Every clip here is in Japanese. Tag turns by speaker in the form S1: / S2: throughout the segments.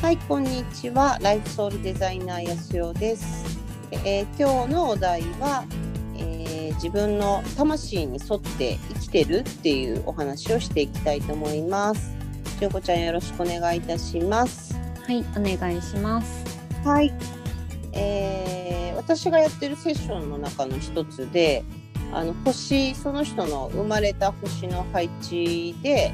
S1: はい、こんにちは。ライフソウルデザイナー安代です。えー今日のお題は、えー自分の魂に沿って生きてるっていうお話をしていきたいと思います。ちよこちゃんよろしくお願いいたします。
S2: はい、お願いします。
S1: はい。えー私がやってるセッションの中の一つで、あの星その人の生まれた星の配置で、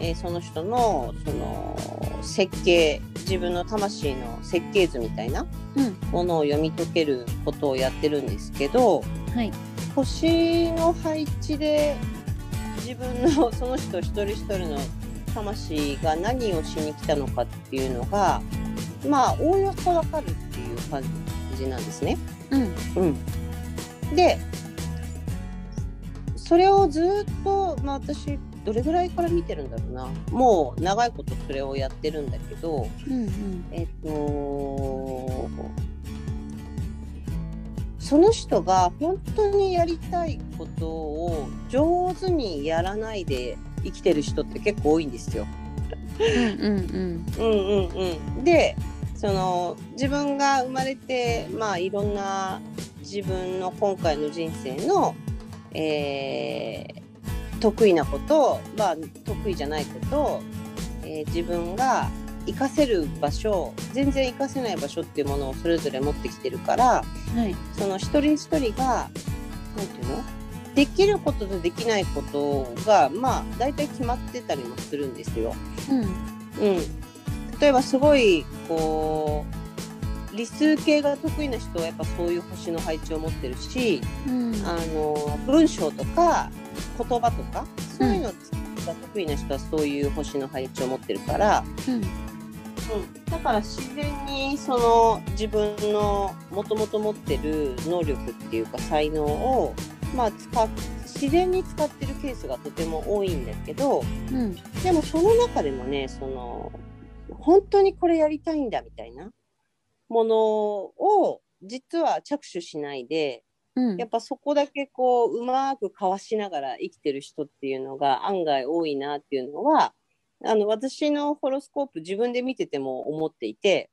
S1: えーその人のその設計自分の魂の設計図みたいな
S2: うん、
S1: ものを読み解けることをやってるんですけど
S2: はい、
S1: 星の配置で自分のその人一人一人の魂が何をしに来たのかっていうのがまあおおよそわかるっていう感じなんですね。
S2: うん、
S1: うん、でそれをずっと、まあ、私どれぐらいから見てるんだろうなもう長いことそれをやってるんだけど
S2: うん、うん、
S1: えっとその人が本当にやりたいことを上手にやらないで生きてる人って結構多いんですよ。
S2: うん、うん、
S1: うんうんうん、でその自分が生まれて、まあ、いろんな自分の今回の人生の、えー得意なこと、まあ、得意じゃないこと、えー自分が活かせる場所全然活かせない場所っていうものをそれぞれ持ってきてるから
S2: はい、
S1: その一人一人が何て言うのできることとできないことがまあ大体決まってたりもするんですよ。
S2: うん、
S1: うん、例えばすごいこう理数系が得意な人はやっぱそういう星の配置を持ってるし
S2: うん、
S1: あの文章とか言葉とかそういうのが得意な人はそういう星の配置を持ってるから、
S2: うん、
S1: だから自然にその自分のもともと持ってる能力っていうか才能を、まあ、使っ自然に使ってるケースがとても多いんだけど、
S2: うん、
S1: でもその中でもねその本当にこれやりたいんだみたいなものを実は着手しないで
S2: うん、
S1: やっぱそこだけこううまくかわしながら生きてる人っていうのが案外多いなっていうのはあの私のホロスコープ自分で見てても思っていて、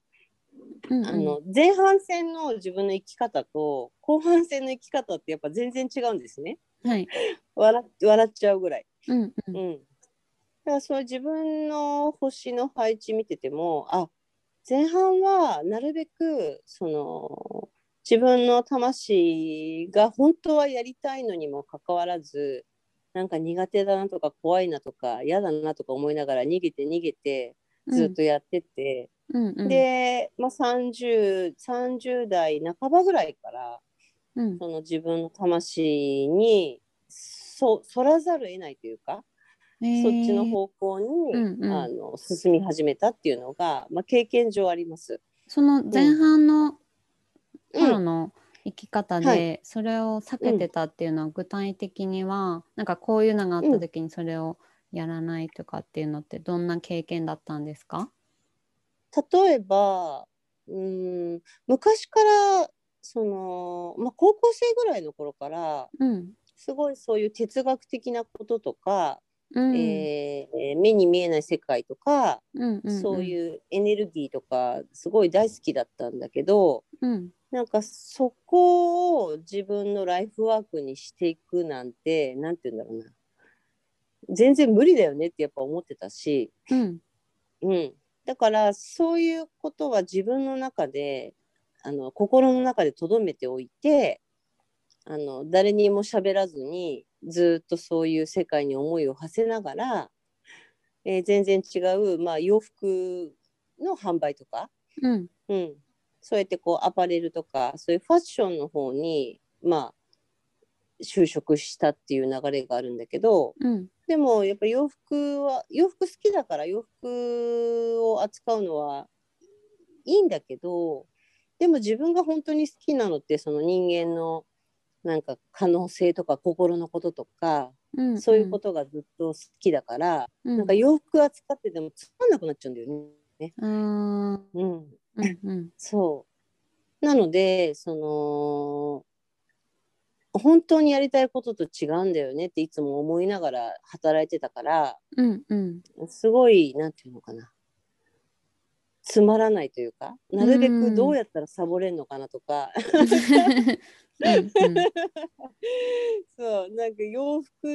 S2: うん、
S1: あの前半戦の自分の生き方と後半戦の生き方ってやっぱ全然違うんですね
S2: はい、
S1: 笑っ笑っちゃうぐらい。
S2: うん、
S1: うん、だからそう自分の星の配置見ててもあ前半はなるべくその自分の魂が本当はやりたいのにもかかわらずなんか苦手だなとか怖いなとか嫌だなとか思いながら逃げて逃げて
S2: うん、
S1: ずっとやってて、
S2: うん、うん、、
S1: で、まあ、30, 30代半ばぐらいから
S2: うん、
S1: その自分の魂にそそらざるを得ないというかそっちの方向に、
S2: うんうん
S1: あの進み始めたっていうのが、まあ、経験上あります。
S2: その前半の
S1: うん
S2: 頃の生き方
S1: は
S2: で、それを避けてたっていうのは具体的には、なんかこういうのがあった時にそれをやらないとかっていうのってどんな経験だったんですか？
S1: 例えばうーん昔からその、まあ、高校生ぐらいの頃から
S2: うん、
S1: すごいそういう哲学的なこととか、
S2: うん、
S1: えー目に見えない世界とか、
S2: うん、うん、
S1: そういうエネルギーとかすごい大好きだったんだけど
S2: うん、
S1: なんかそこを自分のライフワークにしていくなんてなんて言うんだろうな全然無理だよねってやっぱ思ってたし、
S2: うん、
S1: うん、だからそういうことは自分の中であの心の中で留めておいてあの誰にも喋らずにずっとそういう世界に思いを馳せながら、えー全然違う、まあ、洋服の販売とか
S2: うん、
S1: うん、そうやってこうアパレルとかそういうファッションの方にまあ就職したっていう流れがあるんだけど
S2: うん、
S1: でもやっぱ洋服は洋服好きだから洋服を扱うのはいいんだけどでも自分が本当に好きなのってその人間のなんか可能性とか心のこととか
S2: うん、
S1: そういうことがずっと好きだから、
S2: な
S1: なんか洋服扱っててもつまんなくなっちゃうんだよね。
S2: うーん、うん
S1: うん、
S2: うん、
S1: そう。なので、その、本当にやりたいことと違うんだよねっていつも思いながら働いてたから、
S2: うん、うん、
S1: すごい、なんていうのかな。つまらないというかなるべ
S2: う
S1: く
S2: ん
S1: どうやったらサボれんのかなとか、
S2: うんうん
S1: そうなんか洋服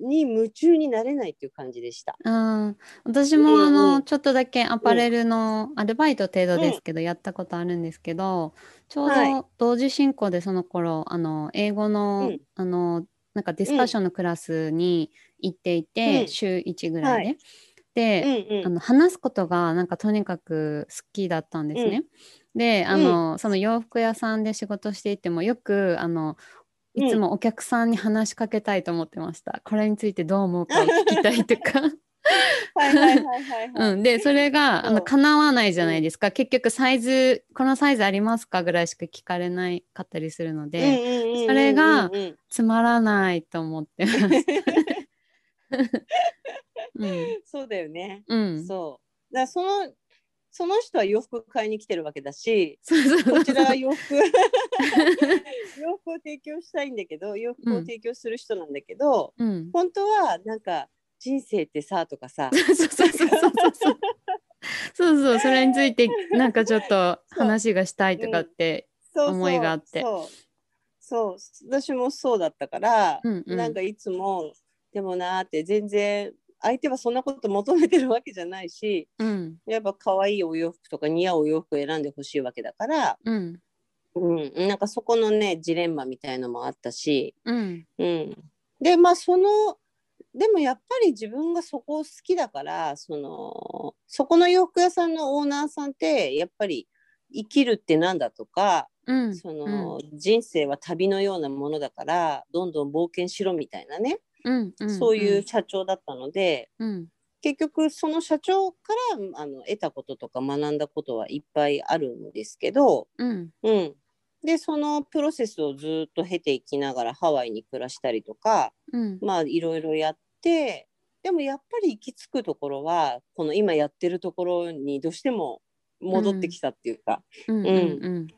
S1: に夢中になれないっていう感じでした。
S2: あー私もあ
S1: うんう
S2: の
S1: ん
S2: ちょっとだけアパレルのアルバイト程度ですけどやったことあるんですけどちょう
S1: は
S2: ど同時進行でその頃あの英語の
S1: うん
S2: あのなんかディスカッションのクラスに行っていて
S1: うん
S2: 週1ぐらい
S1: は
S2: で。で
S1: うんうん
S2: あの話すことがなんかとにかく好きだったんですね。であの、その洋服屋さんで仕事していてもよくあの
S1: うん
S2: いつもお客さんに話しかけたいと思ってました。これについてどう思うかを聞きたいと か。
S1: はいはいはいはい、はい
S2: うん、でそれがあの
S1: そう
S2: 叶わないじゃないですか結局サイズこのサイズありますかぐらいしか聞かれないかったりするので、
S1: うんうんうんうんうんうん
S2: それがつまらないと思ってます。 うん
S1: そうだよね。
S2: うん、そう
S1: そうだからそのその人は洋服買いに来てるわけだし
S2: そうそう
S1: こちらは洋服 洋服を提供したいんだけど洋服を提供する人なんだけど、
S2: うん、
S1: 本当はなんか人生ってさとか さ
S2: そうそうそうそうそうそうそうそうそれについてなんかちょっと話がしたいとかって
S1: そうそう
S2: 思いがあって
S1: そうそう私もそうだったから、
S2: うんうん
S1: なんかいつもでもなーって全然相手はそんなこと求めてるわけじゃないし
S2: うん
S1: やっぱ可愛いお洋服とか似合うお洋服を選んでほしいわけだから、
S2: うん
S1: うん、なんかそこのねジレンマみたいのもあったし、
S2: うん
S1: うん、でまあそのでもやっぱり自分がそこを好きだからそのそこの洋服屋さんのオーナーさんってやっぱり生きるってなんだとか、
S2: うん
S1: その人生は旅のようなものだからどんどん冒険しろみたいなね、
S2: うんうん
S1: そういう社長だったので
S2: うん
S1: 結局その社長からあの得たこととか学んだことはいっぱいあるんですけど、
S2: うん
S1: うん、でそのプロセスをずっと経ていきながらハワイに暮らしたりとか
S2: うん
S1: まあいろいろやってでもやっぱり行き着くところはこの今やってるところにどうしても戻ってきたっていうか、っ
S2: うんうん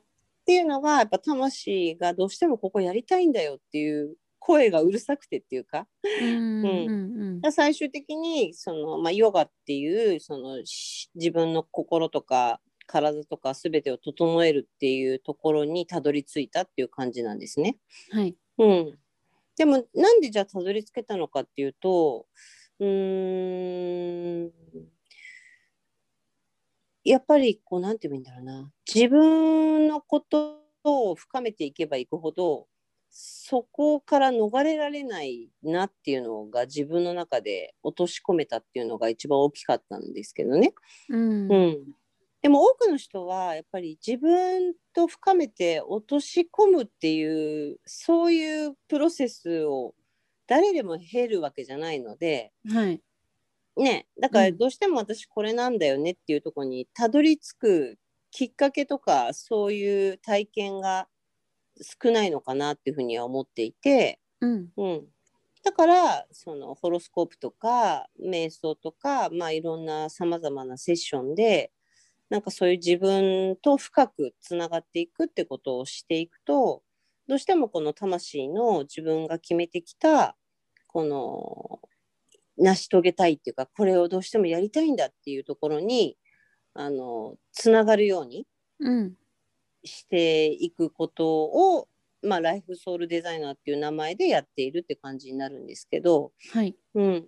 S1: ていうのがやっぱ魂がどうしてもここやりたいんだよっていう声がうるさくてっていうか
S2: うんうん
S1: だから最終的にその、まあ、ヨガっていうそのし自分の心とか体とか全てを整えるっていうところにたどり着いたっていう感じなんですね。
S2: はい。
S1: うん、でもなんでじゃあたどり着けたのかっていうとうーんやっぱりこうなんて言うんだろうな自分のことを深めていけばいくほどそこから逃れられないなっていうのが自分の中で落とし込めたっていうのが一番大きかったんですけどね。
S2: うん
S1: う。ん、でも多くの人はやっぱり自分と深めて落とし込むっていうそういうプロセスを誰でも経るわけじゃないので、
S2: はい。
S1: ね、だか
S2: う
S1: ら
S2: ん
S1: どうしても私これなんだよねっていうところにたどり着くきっかけとかそういう体験が少ないのかなっていうふうには思っていて。
S2: うん。
S1: うん、だからそのホロスコープとか瞑想とか、まあ、いろんなさまざまなセッションでなんかそういう自分と深くつながっていくってことをしていくとどうしてもこの魂の自分が決めてきたこの成し遂げたいっていうかこれをどうしてもやりたいんだっていうところにあのつながるように
S2: うん。
S1: していくことを、まあ、ライフソウルデザイナーっていう名前でやっているって感じになるんですけど、
S2: はい。
S1: うん、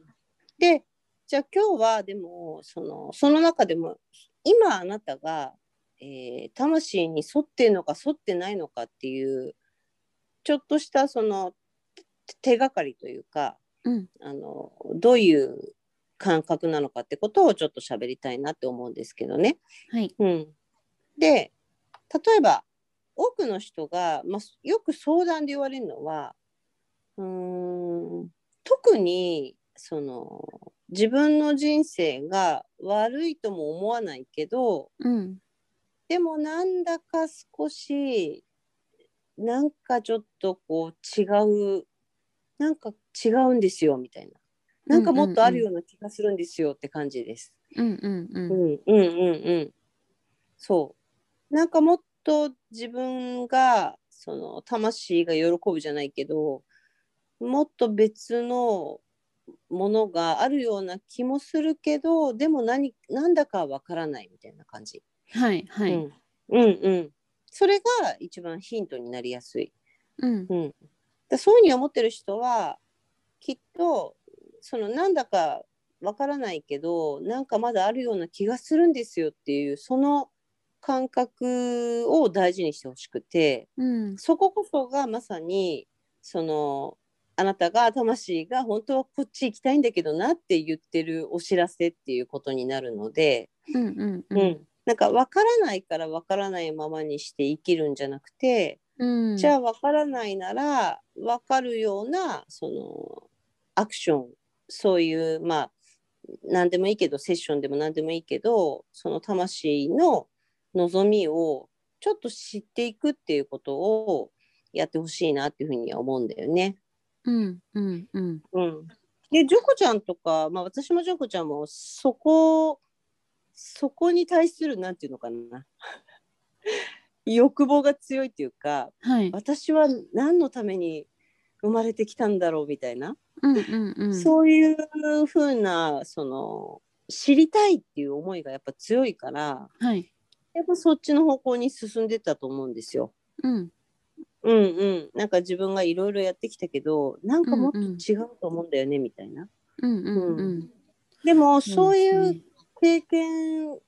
S1: でじゃあ今日はでもそのその中でも今あなたが、えー魂に沿ってんのか沿ってないのかっていうちょっとしたその手手がかりというか
S2: うん。
S1: あのどういう感覚なのかってことをちょっと喋りたいなって思うんですけどね。
S2: はい。
S1: うん、で例えば多くの人が、まあ、よく相談で言われるのはうーん特にその自分の人生が悪いとも思わないけど
S2: うん。
S1: でもなんだか少しなんかちょっとこう違うなんか違うんですよみたいななんかもっとあるような気がするんですよって感じです。
S2: うん。うん。
S1: う
S2: うん。
S1: んうんうんうんそうなんかもっと自分がその魂が喜ぶじゃないけどもっと別のものがあるような気もするけどでも何なんだかわからないみたいな感じ
S2: はいはい、
S1: うん、うんうんそれが一番ヒントになりやすい。
S2: うん
S1: うん、だそういうふうに思ってる人はきっとそのなんだかわからないけどなんかまだあるような気がするんですよっていうその感覚を大事にしてほしくて
S2: うん
S1: そここそがまさにそのあなたが魂が本当はこっち行きたいんだけどなって言ってるお知らせっていうことになるので、
S2: うんうん
S1: うなんかわからないからわからないままにして生きるんじゃなくて、
S2: うんうん
S1: じゃあ分からないなら分かるようなそのアクションそういうまあ何でもいいけどセッションでも何でもいいけどその魂の望みをちょっと知っていくっていうことをやってほしいなっていうふうには思うんだよね。
S2: うんうんうん
S1: うん、でジョコちゃんとか、まあ、私もジョコちゃんもそこそこに対するなんていうのかな 欲望が強いっていうか
S2: はい
S1: 私は何のために生まれてきたんだろうみたいな、
S2: うんうんうん
S1: そういうふうなその知りたいっていう思いがやっぱ強いから
S2: はい
S1: やっぱそっちの方向に進んでったと思うんですよ。
S2: うん
S1: うんうん、なんか自分がいろいろやってきたけどなんかもっと違うと思うんだよねみたいな。
S2: うんうんうん
S1: でもそういう経験っ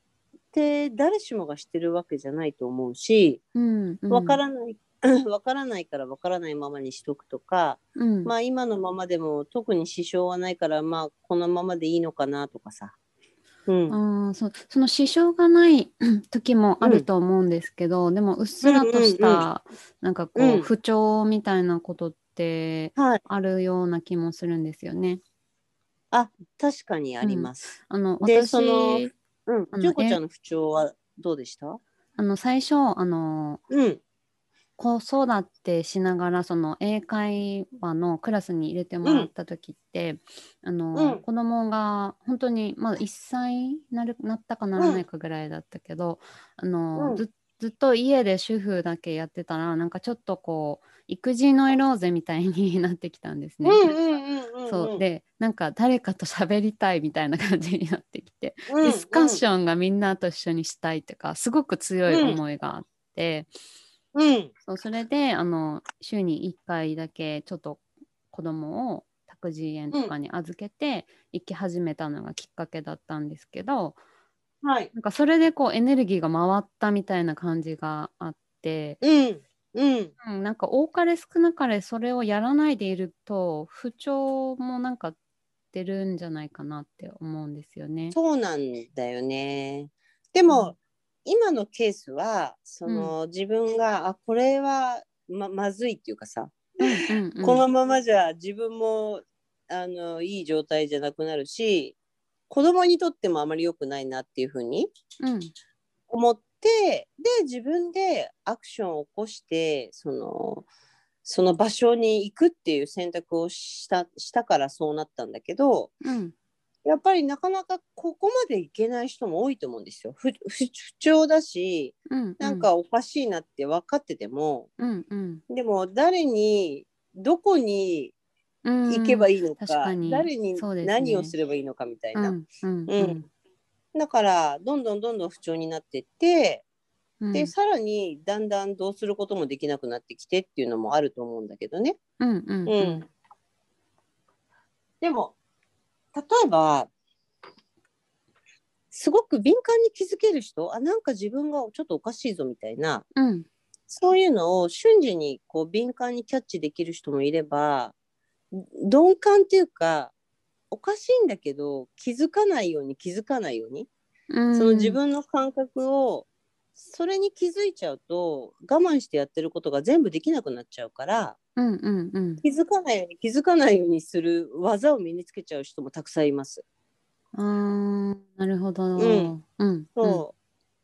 S1: て誰しもがしてるわけじゃないと思うし
S2: うんうん
S1: わからない、 わからないからわからないままにしとくとか、
S2: うん
S1: まあ今のままでも特に支障はないからまあこのままでいいのかなとかさ。うん、うん
S2: あーそうその支障がない 時もあると思うんですけど、でもうっすらとした、
S1: うんうん
S2: なんかこう、
S1: うん
S2: 不調みたいなことって
S1: はい、
S2: あるような気もするんですよね。
S1: 確かにあります。
S2: あの
S1: で
S2: 私
S1: そのうん
S2: あ、の
S1: ジョコちゃんの不調はどうでした？
S2: あの最初あの
S1: うん、
S2: 子育てしながらその英会話のクラスに入れてもらった時って、あの
S1: うん
S2: 子供が本当にまあ1歳なるなったかならないかぐらいだったけど、あの
S1: うん
S2: ずずっと家で主婦だけやってたらなんかちょっとこう育児ノイローゼみたいになってきたんですね。
S1: うんうんうんうん。
S2: そうでなんか誰かと喋りたいみたいな感じになってきて、
S1: うん、
S2: ディスカッションがみんなと一緒にしたいとかすごく強い思いがあって。
S1: うん。うん
S2: そうそれであの週に1回だけちょっと子供を託児園とかに預けて行き始めたのがきっかけだったんですけど、
S1: はい。
S2: なんかそれでこうエネルギーが回ったみたいな感じがあって、
S1: うんうん
S2: うん、なんか多かれ少なかれそれをやらないでいると不調もなんか出るんじゃないかなって思うんですよね。
S1: そうなんだよね。でも、
S2: うん
S1: 今のケースはその、自分があこれはままずいっていうかさ、
S2: うんうん
S1: このままじゃ自分もあのいい状態じゃなくなるし子供にとってもあまり良くないなっていうふうに
S2: うん
S1: 思ってで自分でアクションを起こしてそのその場所に行くっていう選択をしたしたからそうなったんだけど
S2: うん
S1: やっぱりなかなかここまで行けない人も多いと思うんですよ。不不不調だし
S2: うん
S1: なんかおかしいなって分かってても、
S2: うんうん
S1: でも誰にどこに
S2: うん
S1: 行けばいいのか,、
S2: 確かに
S1: 誰に
S2: そうですね
S1: 何をすればいいのかみたいな、
S2: うんうん
S1: うんだからどんどんどんどん不調になってって、
S2: うん
S1: でさらにだんだんどうすることもできなくなってきてっていうのもあると思うんだけどね。
S2: うんうん
S1: う
S2: うん
S1: んでも例えばすごく敏感に気づける人あなんか自分がちょっとおかしいぞみたいな
S2: うん
S1: そういうのを瞬時にこう敏感にキャッチできる人もいれば鈍感っていうかおかしいんだけど気づかないように気づかないように、
S2: うん
S1: その自分の感覚をそれに気づいちゃうと我慢してやってることが全部できなくなっちゃうから
S2: うんうんうん
S1: 気づかないように気づかないようにする技を身につけちゃう人もたくさんいます。
S2: あーなるほど。
S1: うん
S2: うん
S1: そ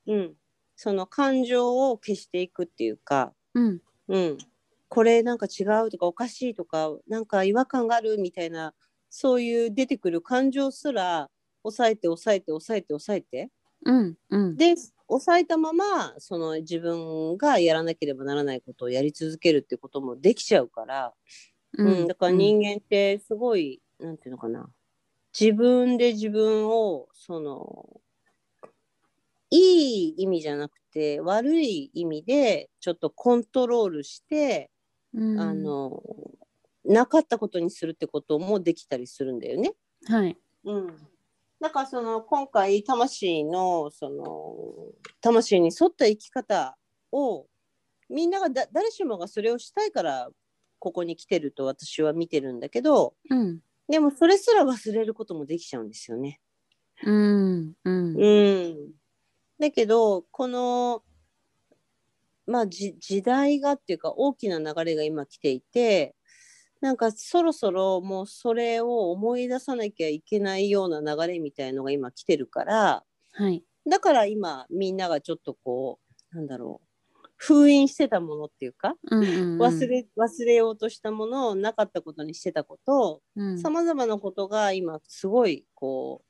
S1: う、うんその感情を消していくっていうか、
S2: うん
S1: うん、これなんか違うとかおかしいとかなんか違和感があるみたいなそういう出てくる感情すら抑えて抑えて抑えて抑えて
S2: うんうん
S1: で抑えたままその自分がやらなければならないことをやり続けるってこともできちゃうから、
S2: う
S1: うんだから人間ってすごいなんていうのかな自分で自分をそのいい意味じゃなくて悪い意味でちょっとコントロールして、
S2: うん
S1: あのなかったことにするってこともできたりするんだよね。
S2: はい
S1: うん、だからその今回魂のその魂に沿った生き方をみんながだ誰しもがそれをしたいからここに来てると私は見てるんだけど
S2: うん
S1: でもそれすら忘れることもできちゃうんですよね。
S2: うんうん
S1: うん、だけどこの、まあ、じ時代がっていうか大きな流れが今来ていてなんかそろそろもうそれを思い出さなきゃいけないような流れみたいのが今来てるから
S2: はい
S1: だから今みんながちょっとこうなんだろう封印してたものっていうか
S2: うんうんうん
S1: 忘れ,、忘れようとしたものをなかったことにしてたこと
S2: うん
S1: さまざまなことが今すごいこ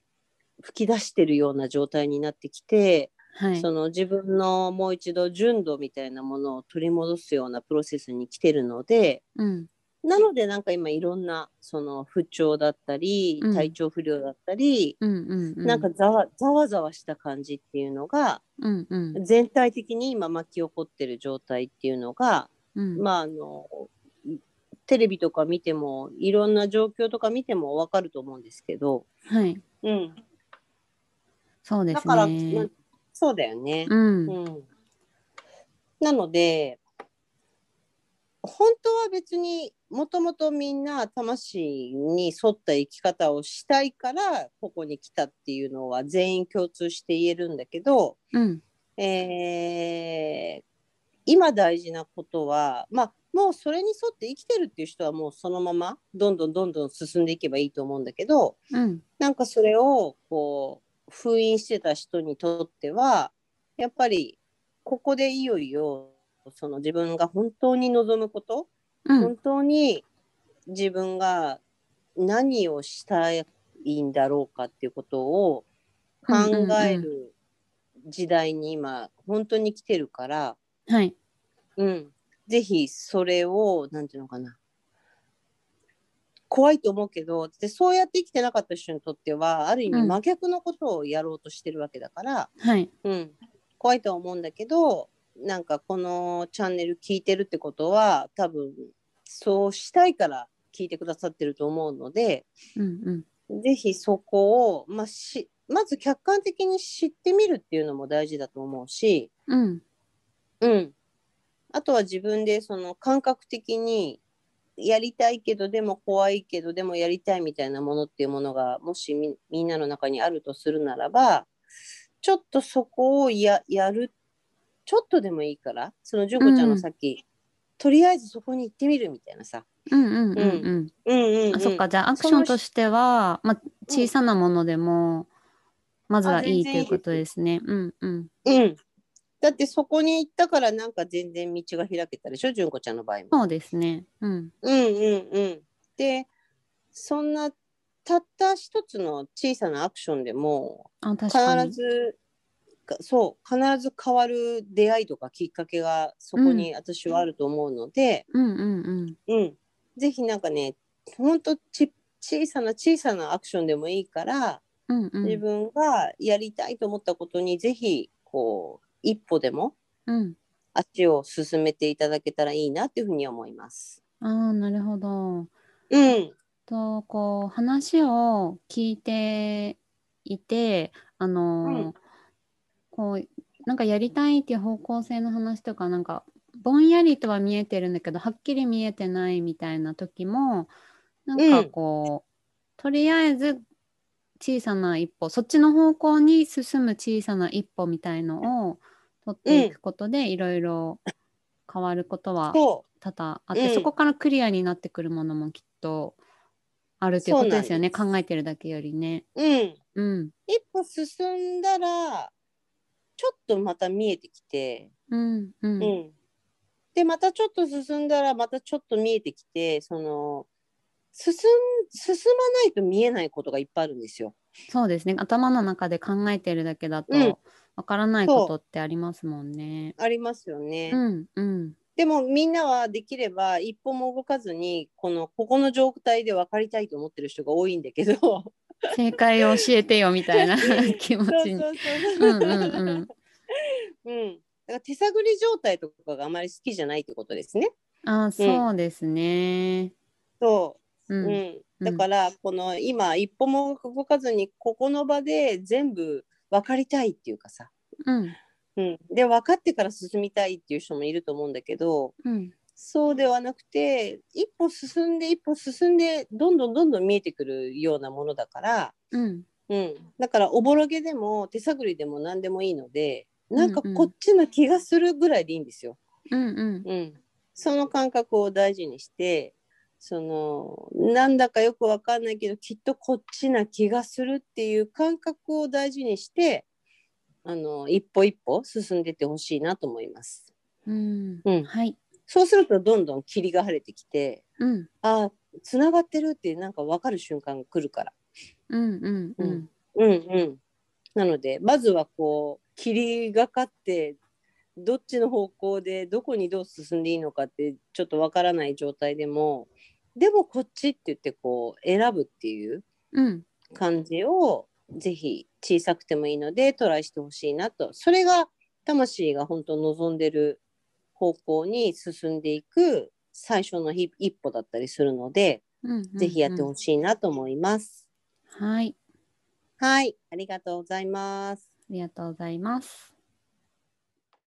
S1: う吹き出してるような状態になってきて、
S2: はい
S1: その自分のもう一度純度みたいなものを取り戻すようなプロセスに来てるので
S2: うん
S1: なのでなんか今いろんなその不調だったり
S2: うん
S1: 体調不良だったり、
S2: うんうんうん
S1: なんかざわざわざわした感じっていうのが
S2: うんうん
S1: 全体的に今巻き起こってる状態っていうのが、
S2: うん
S1: まああのテレビとか見てもいろんな状況とか見ても分かると思うんですけど、
S2: はい
S1: うん、
S2: そうで
S1: だ
S2: す
S1: から、
S2: ね
S1: まそうだよね。
S2: うん
S1: うん、なので本当は別にもともとみんな魂に沿った生き方をしたいからここに来たっていうのは全員共通して言えるんだけど、
S2: うん
S1: えー今大事なことはまあもうそれに沿って生きてるっていう人はもうそのままどんどんどんどん進んでいけばいいと思うんだけど、
S2: うん
S1: なんかそれをこう封印してた人にとってはやっぱりここでいよいよその自分が本当に望むこと、
S2: うん
S1: 本当に自分が何をしたいんだろうかっていうことを考える時代に今本当に来てるから、
S2: はい
S1: うん、ぜひそれをなんていうのかな怖いと思うけどでそうやって生きてなかった人にとってはある意
S2: う
S1: 味
S2: ん
S1: 真逆のことをやろうとしてるわけだから、
S2: はい
S1: うん、怖いとは思うんだけどなんかこのチャンネル聞いてるってことは多分そうしたいから聞いてくださってると思うので
S2: うんうん
S1: ぜひそこを、まあ、しまず客観的に知ってみるっていうのも大事だと思うし、
S2: うん
S1: うん、あとは自分でその感覚的にやりたいけどでも怖いけどでもやりたいみたいなものっていうものがもしみみんなの中にあるとするならばちょっとそこをややるちょっとでもいいからその純子ちゃんのさっき、とりあえずそこに行ってみるみたいなさ。
S2: うんう
S1: う
S2: んうんうん
S1: んうんうん
S2: あそっかじゃあアクションとしては、まあ、小さなものでも、まずはいいということですね。うんうん
S1: うんだってそこに行ったからなんか全然道が開けたでしょ純子ちゃんの場合も。
S2: そうですね。うん
S1: うんうんうん。でそんなたった一つの小さなアクションでも
S2: あ確
S1: 必
S2: かに。
S1: ずかそう必ず変わる出会いとかきっかけがそこに私はあると思うので、
S2: うんうん
S1: うんぜひなんかねほんとち小さな小さなアクションでもいいから
S2: うんうんう
S1: 自
S2: ん
S1: 分がやりたいと思ったことにぜひこう一歩でも
S2: うん
S1: 足を進めていただけたらいいなっていうふうに思います。
S2: ああなるほど。
S1: うん、
S2: とこう話を聞いていてあのー、
S1: うん
S2: こうなんかやりたいっていう方向性の話とかなんかぼんやりとは見えてるんだけどはっきり見えてないみたいな時もなんかこう、とりあえず小さな一歩そっちの方向に進む小さな一歩みたいのを取っていくことでいろいろ変わることは
S1: そう
S2: 多々あって、
S1: うん
S2: そこからクリアになってくるものもきっとあるということですよね
S1: そうなんです
S2: 考えてるだけよりね。
S1: うん、
S2: うん
S1: 一歩進んだらちょっとまた見えてきて、
S2: うんう
S1: うんんでまたちょっと進んだらまたちょっと見えてきてその進ん進まないと見えないことがいっぱいあるんですよ。
S2: そうですね頭の中で考えてるだけだ
S1: うん
S2: とわからない
S1: そう
S2: ことってありますもんね。
S1: ありますよね。
S2: うんうん
S1: でもみんなはできれば 一歩も動かずにこのここの状態で分かりたいと思ってる人が多いんだけど
S2: 正解を教えてよみたいな気 持
S1: そう
S2: ちに。
S1: そうそうう。
S2: んうんうん。
S1: うん。だから手探り状態とかがあまり好きじゃないってことですね。
S2: あそうですね。。
S1: そうう。うんん。だから、この今一歩も動かずにここの場で全部分かりたいっていうかさ。
S2: うん。
S1: うん、で分かってから進みたいっていう人もいると思うんだけど
S2: うん。
S1: そうではなくて一歩進んで一歩進んでどんどんどんどん見えてくるようなものだから、
S2: うん。
S1: うん、だからおぼろげでも手探りでも何でもいいのでなんか
S2: うんうん
S1: こっちの気がするぐらいでいいんですよ。
S2: うん。うん。
S1: うん、その感覚を大事にしてそのなんだかよくわかんないけどきっとこっちな気がするっていう感覚を大事にしてあの一歩一歩進んでってほしいなと思います。
S2: うん。
S1: うん
S2: はい。
S1: そうするとどんどん霧が晴れてきて
S2: うん。
S1: ああつながってるってなんかわかる瞬間が来るから。
S2: うん。うん。う
S1: うんん。うんうん、なのでまずはこう霧がかってどっちの方向でどこにどう進んでいいのかってちょっとわからない状態でもでもこっちって言ってこう選ぶっていう
S2: うん。
S1: 感じをぜひ小さくてもいいのでトライしてほしいなとそれが魂が本当望んでる方向に進んでいく最初のひ一歩だったりするので、
S2: うん。
S1: ぜひやってほしいなと思います。
S2: はい。
S1: はい、ありがとうございます。
S2: ありがとうございます。